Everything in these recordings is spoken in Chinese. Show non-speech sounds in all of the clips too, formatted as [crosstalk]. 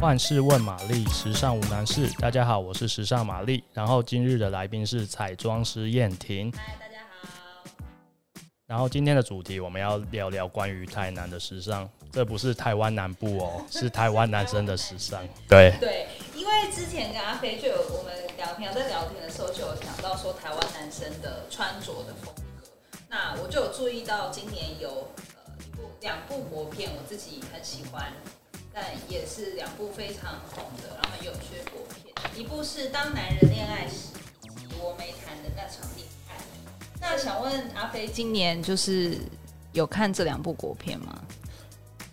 万事问玛丽，时尚无难事。大家好，我是时尚玛丽。然后今日的来宾是彩妆师燕婷。嗨，大家好。然后今天的主题我们要聊聊关于台南的时尚，这不是台湾南部哦，是台湾男生的时尚。对，对，因为之前跟阿飞就有我们聊天在聊天的时候，就有讲到说台湾男生的穿着的风格。那我就有注意到今年有呃一部两部国片，我自己很喜欢，但也是两部非常红的，然后很有趣的国片。一部是《当男人恋爱时》，以及我没谈的那场恋爱。那想问阿飞，今年就是有看这两部国片吗？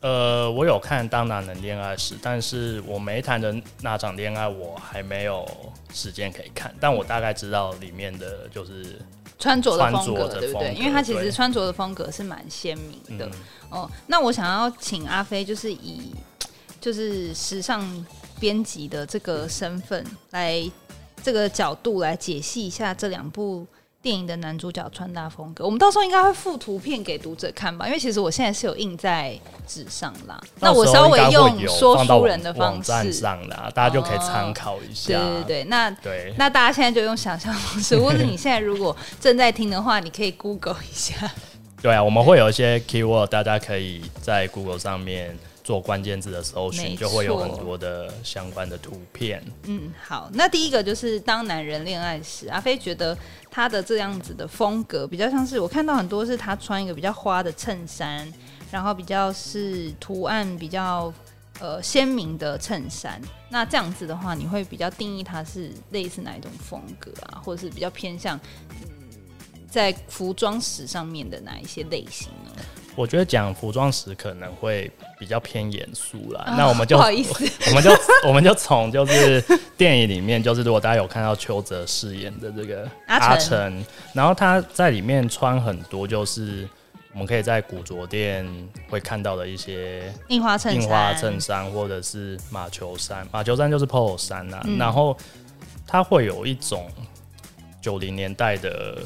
呃，我有看《当男人恋爱时》，但是我没谈的那场恋爱我还没有时间可以看，但我大概知道里面的就是穿着的风穿着格，的对不风对？格因为它其对实穿着的风格是蛮鲜明的、嗯，哦。那我想要请阿飞，就是以就是时尚编辑的这个身份来这个角度来解析一下这两部电影的男主角穿搭风格。我们到时候应该会附图片给读者看吧，因为其实我现在是有印在纸上啦。那我到时稍候微应该会用有说放到书网人的方网站式，哦上啦，大家就可以参考一下。对对对，那对那大家现在就用想象方式，或者你现在如果正在听的话，你可以 Google 一下。 [laughs] 对啊，我们会有一些 keyword，大家可以在 Google 上面做关键字的搜没寻，错就会有很多的相关的图片。嗯，好，那第一个就是当男人恋爱时，阿飞觉得他的这样子的风格比较像是我看到很多是他穿一个比较花的衬衫，然后比较是图案比较呃鲜明的衬衫。那这样子的话，你会比较定义它是类似哪一种风格啊，或者是比较偏向嗯在服装史上面的哪一些类型呢？我觉得讲服装史可能会比较偏严肃啦，啊那我们就 [laughs] 不好意思，我们就 [laughs] 我们就从就是电影里面，就是如果大家有看到邱泽饰演的这个阿成阿成，然后他在里面穿很多就是我们可以在古着店会看到的一些印花衬衫，印花衬衫或者是马球衫，马球衫就是 polo 衫呐、嗯然后它会有一种九零年代的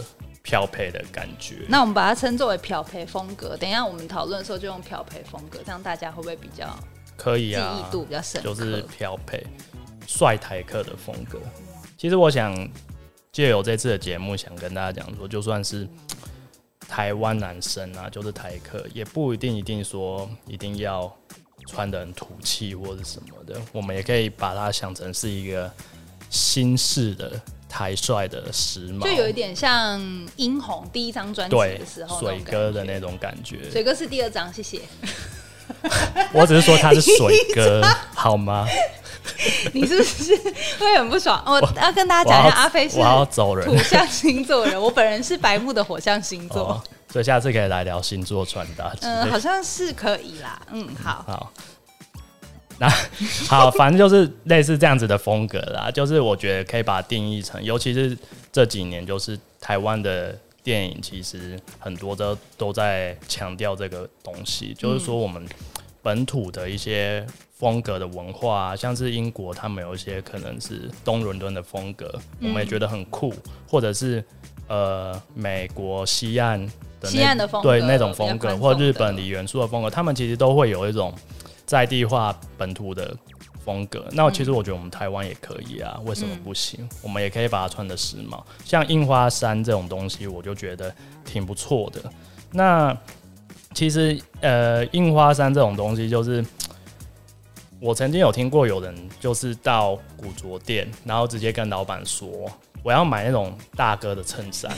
漂配的感觉。那我们把它称作为漂培风格。等一下我们讨论的时候就用漂培风格，这样大家会不会比较可以记啊，忆度比较深刻？就是漂配帅台客的风格。其实我想借由这次的节目，想跟大家讲说，就算是台湾男生啊，就是台客，也不一定一定说一定要穿的很土气或者什么的，我们也可以把它想成是一个新式的台帅的时髦，就有一点像殷红第一张专辑对的时候那水种感哥的觉那种感觉。水哥是第二张，谢 [laughs] 谢。我只是说他是水 [laughs] 哥，好吗？你是不是会很不爽？我要跟大我家讲一要下，阿飞是我要走人土。象星座人，我本人是白木的火象 [laughs] 星座哦，，所以下次可以来聊星座穿搭之类 [laughs] 嗯，的。好像是可以啦。嗯，好，好，那 [laughs] 好，反正就是类似这样子的风格啦。就是我觉得可以把它定义成，尤其是这几年，就是台湾的电影其实很多都都在强调这个东西，就是嗯说我们本土的一些。风格的文化啊、像是英国，他们有一些可能是东伦敦的风格，嗯我们也觉得很酷，或者是呃美国西岸的那西岸的风格对那种风比格，较宽或松的日本里元素的风格，他们其实都会有一种在地化本土的风格。那其实我觉得我们台湾也可以啊，嗯为什么不行？我们也可以把它穿的时髦，像印花衫这种东西，我就觉得挺不错的。那其实呃，印花衫这种东西就是。我曾经有听过有人就是到古着店，然后直接跟老板说我要买那种大哥的衬 [laughs] 衫，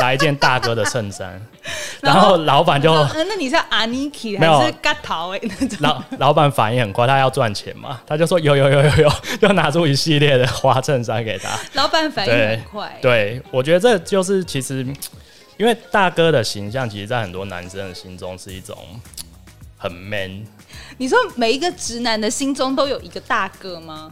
来一件大哥的衬衫， [laughs] 然后老板就嗯，那你是阿尼基没有还是嘎桃哎那种？老老板反应很快，他要赚钱嘛，他就说有有有有 [laughs] 有，就拿出一系列的花衬衫给他。老板反应对很快，对，我觉得这就是其实，因为大哥的形象，其实在很多男生的心中是一种很 man，你说每一个直男的心中都有一个大哥吗？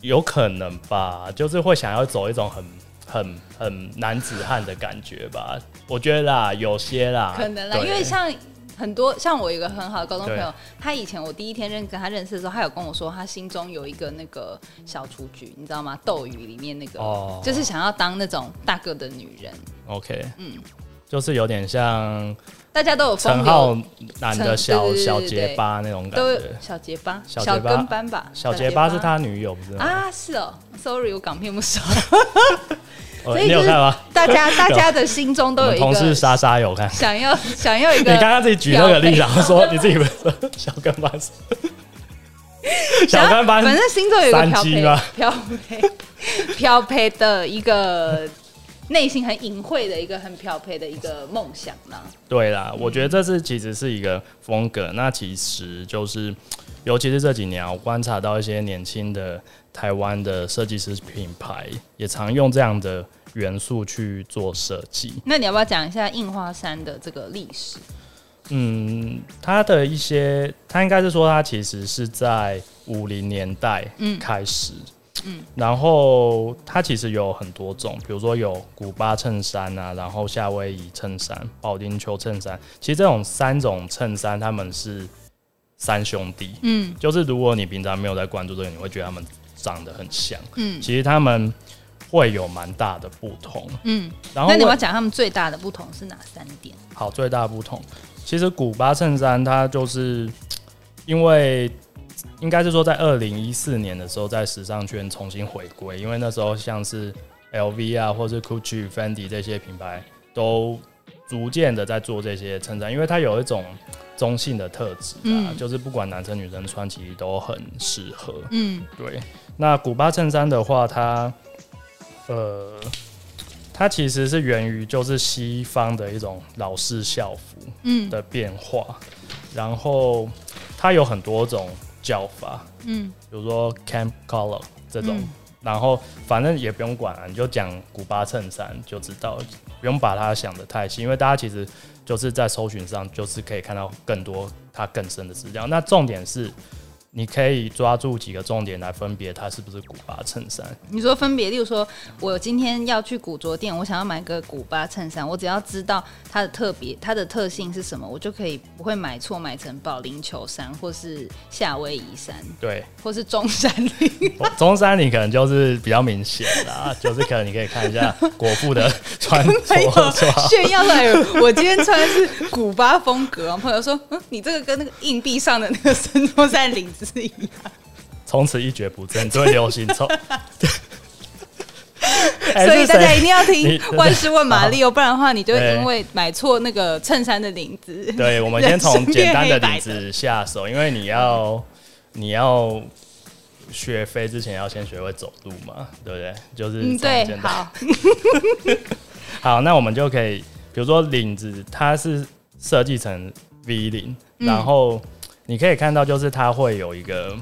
有可能吧，就是会想要走一种很很很男子汉的感觉吧。我觉得啦，有些啦，可能啦，啊对因为像很多像我有一个很好的高中朋友对，他以前我第一天认跟他认识的时候，他有跟我说他心中有一个那个小雏菊，你知道吗？斗鱼里面那个，哦就是想要当那种大哥的女人。 OK，嗯嗯，就是有点像大家都有风陈流，浩南陈的小对对对小对结巴那种感都有觉，小结巴、小结巴跟班吧。小结巴是他女友，不是吗？啊，是哦，sorry，我港片 [laughs] 不熟。哦 [laughs] 所以你有就是看吗？大家大家的心中都我有们一同事个莎莎有看。想要想要一你个刚刚自己举那个例子，标然后说你自己不是说小跟 [laughs] 班是，小跟班反正心中有一个三漂 G 培吧 [laughs] 漂培漂培的一个内心很隐晦的一个很漂培的一个梦想呢。对啦，我觉得这是其实是一个风格。那其实就是，尤其是这几年啊，我观察到一些年轻的台湾的设计师品牌，也常用这样的元素去做设计。那你要不要讲一下印花山的这个历史？嗯，它的一些，它应该是说它其实是在五零年代嗯开始。然后它其实有很多种，比如说有古巴衬衫啊，然后夏威夷衬衫、保龄球衬衫。其实这种三种衬衫，他们是三兄弟。嗯就是如果你平常没有在关注这个，你会觉得他们长得很像。嗯其实他们会有蛮大的不同。嗯，然后那你要我不要讲他们最大的不同是哪三点？好，最大的不同，其实古巴衬衫它就是因为应该是说在二零一四年的时候，在时尚圈重新回归，因为那时候像是 LV 啊，或是 Gucci、Fendi 这些品牌都逐渐的在做这些衬衫，因为它有一种中性的特质啊，嗯就是不管男生女生穿，其实都很适合。嗯对，那古巴衬衫的话，它呃，它其实是源于就是西方的一种老式校服嗯的变化，然后它有很多种叫法，嗯比如说 camp color 这种，嗯然后反正也不用管、啊，你就讲古巴衬衫就知道，不用把它想的太细，因为大家其实就是在搜寻上就是可以看到更多它更深的资料。那重点是，你可以抓住几个重点来分别它是不是古巴衬衫。你说分别，例如说，我今天要去古着店，我想要买个古巴衬衫，我只要知道它的特别、它的特性是什么，我就可以不会买错，买成保龄球衫，或是夏威夷衫，对，或是中山陵。中山你可能就是比较明显 [laughs] 啦，就是可能你可以看一下国父的穿朋友着装。炫耀来，我今天穿的是古巴风格。朋友说，嗯，你这个跟那个硬币上的那个神中山领子一样。从此一蹶不振， [laughs] 对流行 [laughs] 臭。哎所以大家一定要 [laughs] 你听万事问玛丽好哦，不然的话你就会对因为买错那个衬衫的领子。对，我们先从简单的领子下 [laughs] 手，因为你要你要学飞之前要先学会走路嘛，对不对？就是嗯，从对，简单好，好，那我们就可以，比如说领子，它是设计成 V 领，嗯然后你可以看到，就是它会有一个。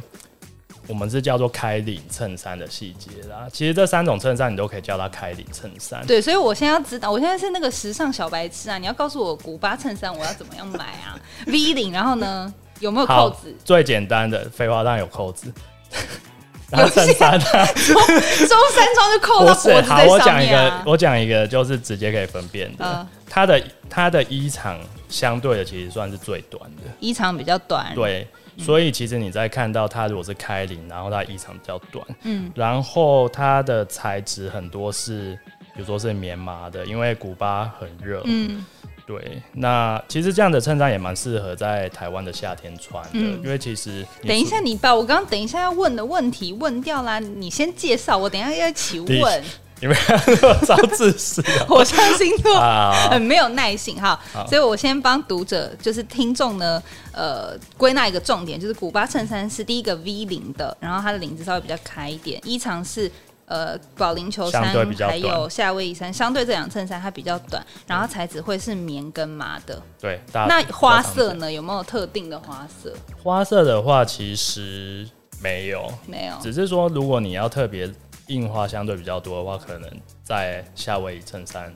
我们是叫做开领衬衫的细节啦，其实这三种衬衫你都可以叫它开领衬衫。对，所以我现在要知道，我现在是那个时尚小白痴啊！你要告诉我古巴衬衫我要怎么样买啊？V 领，然后呢有没有好，扣子？最简单的，废话当然有扣子。 [laughs] 有然后衬衫啊，中山装就扣不到脖是子好，[laughs] 在我上讲一面个啊，！我讲一个，就是直接可以分辨的嗯。它的它的衣长相对的其实算是最短的，衣长比较短，，对，嗯所以其实你在看到它如果是开领，然后它衣长比较短，嗯然后它的材质很多是，比如说是棉麻的，因为古巴很热，嗯对，那其实这样的衬衫也蛮适合在台湾的夏天穿的，嗯因为其实你等一出下，你把我刚刚等一下要问的问题问掉啦，你先介绍，我等一下要一起第一 [laughs] 问。你们要招自私啊火象 [laughs] 星座啊！ [laughs] 很没有耐性哈，好所以我先帮读者就是听众呢，呃，归纳一个重点，就是古巴衬衫是第一个 V 领的，然后它的领子稍微比较开一点，衣长是。呃，保龄球衫相对比较还短有夏威夷衫，相对这两衬衫它比较短，然后材质会是棉跟麻的。对，大家那花色啊比较常呢？有没有特定的花色？见？花色的话，其实没有，没有。只是说如果你要特别印花相对比较多的话，可能在夏威夷衬衫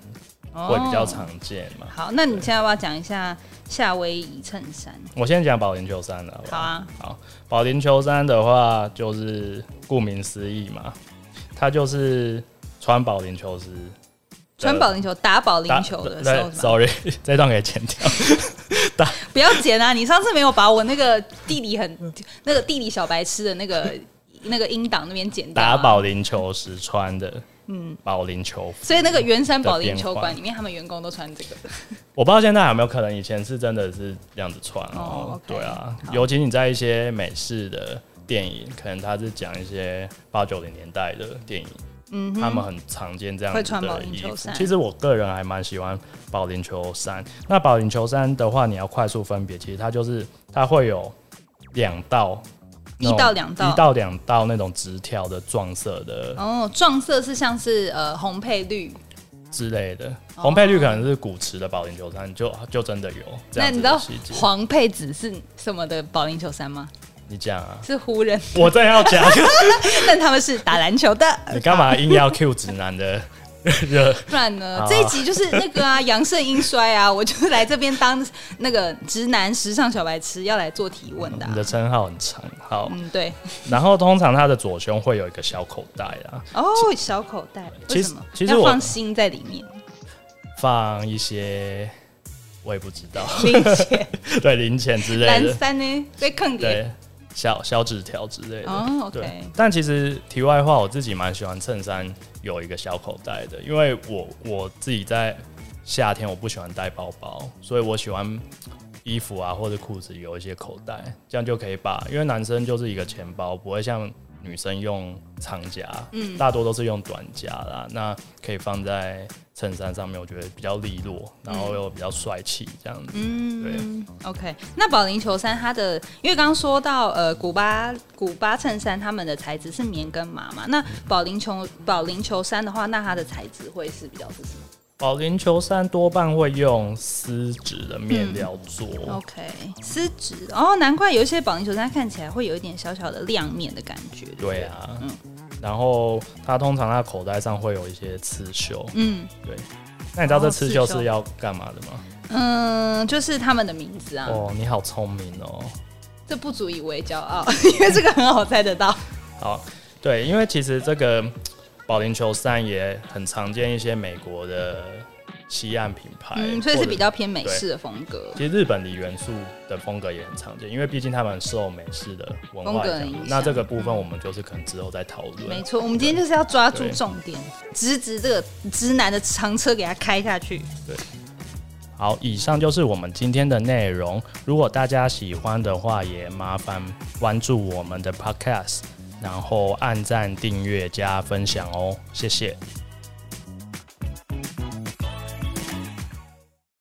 会比较哦。常见嘛。好，那你现在要不要讲一下夏威夷衬衫？我先讲保龄球衫了，好不好啊，好，保龄球衫的话，就是顾名思义嘛，它就是穿保龄球时穿保龄球、打保龄球的时对候是吗， ，sorry，这 [laughs] 段给剪掉。不要剪啊！你上次没有把我那个弟弟很那 [laughs] 个弟弟小白痴的那个那个音档那边剪掉、打啊。保龄球时穿的，嗯，保龄球服。所以那个圆山保龄球馆里面，他们员工都穿这个。我不知道现在有没有可能，以前是真的是这样子穿哦。哦，OK，对啊，好尤其你在一些美式的电影，可能它是讲一些八九零年代的电影，嗯他们哼，很常见这样会子穿保的龄衣球服衫。其实我个人还蛮喜欢保龄球衫。那保龄球衫的话，你要快速分别，其实它就是它会有两道。一那种到两道一到两道那种直条的撞色的哦，撞色是像是呃红配绿。之类的，哦红配绿可能是古驰的保龄球衫，就就真的有这那样你子知道的细节。黄配紫是什么的保龄球衫吗？你讲啊，是湖人， [laughs] 我正要讲，但他们是打篮球的。你干嘛硬要 Q 直男的热？不然呢好？这一集就是那个 [laughs] 啊，阳盛阴衰啊，我就是来这边当那个直男时尚小白痴，要来做提问的啊、你的称号很长，好。嗯，对。然后通常他的左胸会有一个小口袋啊，哦，小口袋，为其什实么其实要我放心在里面？放一些我也不知道， [laughs] 并且对零钱之类蓝的，三呢被坑点。对小小纸条之类的。哦，OK 对，。但其实题外话，我自己蛮喜欢衬衫有一个小口袋的，因为我我自己在夏天我不喜欢带包包，所以我喜欢衣服啊或者裤子有一些口袋，这样就可以把，因为男生就是一个钱包，不会像女生用长夹，嗯，大多都是用短夹啦，那可以放在衬衫上面，我觉得比较利落，然后又比较帅气这样子，嗯，OK。那保龄球衫它的，因为刚刚说到呃，古巴古巴衬衫他们的材质是棉跟麻嘛，那保龄球保龄球衫的话，那它的材质会是比较是什么保龄球衫多半会用丝质的面料做。 ？OK，丝质哦，难怪有一些保龄球衫看起来会有一点小小的亮面的感觉。不对，啊，嗯然后它通常它口袋上会有一些刺绣，嗯对。那你知道这哦刺刺绣绣是要干嘛的吗？嗯，就是他们的名字啊，哦，你好聪明哦。这不足以为骄傲， [laughs] 因为这个很好猜得到。好，对，因为其实这个嗯保龄球衫也很常见一些美国的西岸品牌，嗯，所以或是者比较偏美式的风格。其实日本的元素的风格也很常见，因为毕竟他们受美式的文风化格影响影。那这响个部分我们就是可能之后再讨没论。错，我们今天就是要抓住重点，直直这个直男的长车给他开下去。好，以上就是我们今天的内容。如果大家喜欢的话，也麻烦关注我们的 Podcast，然后按赞、订阅、加分享哦，谢谢。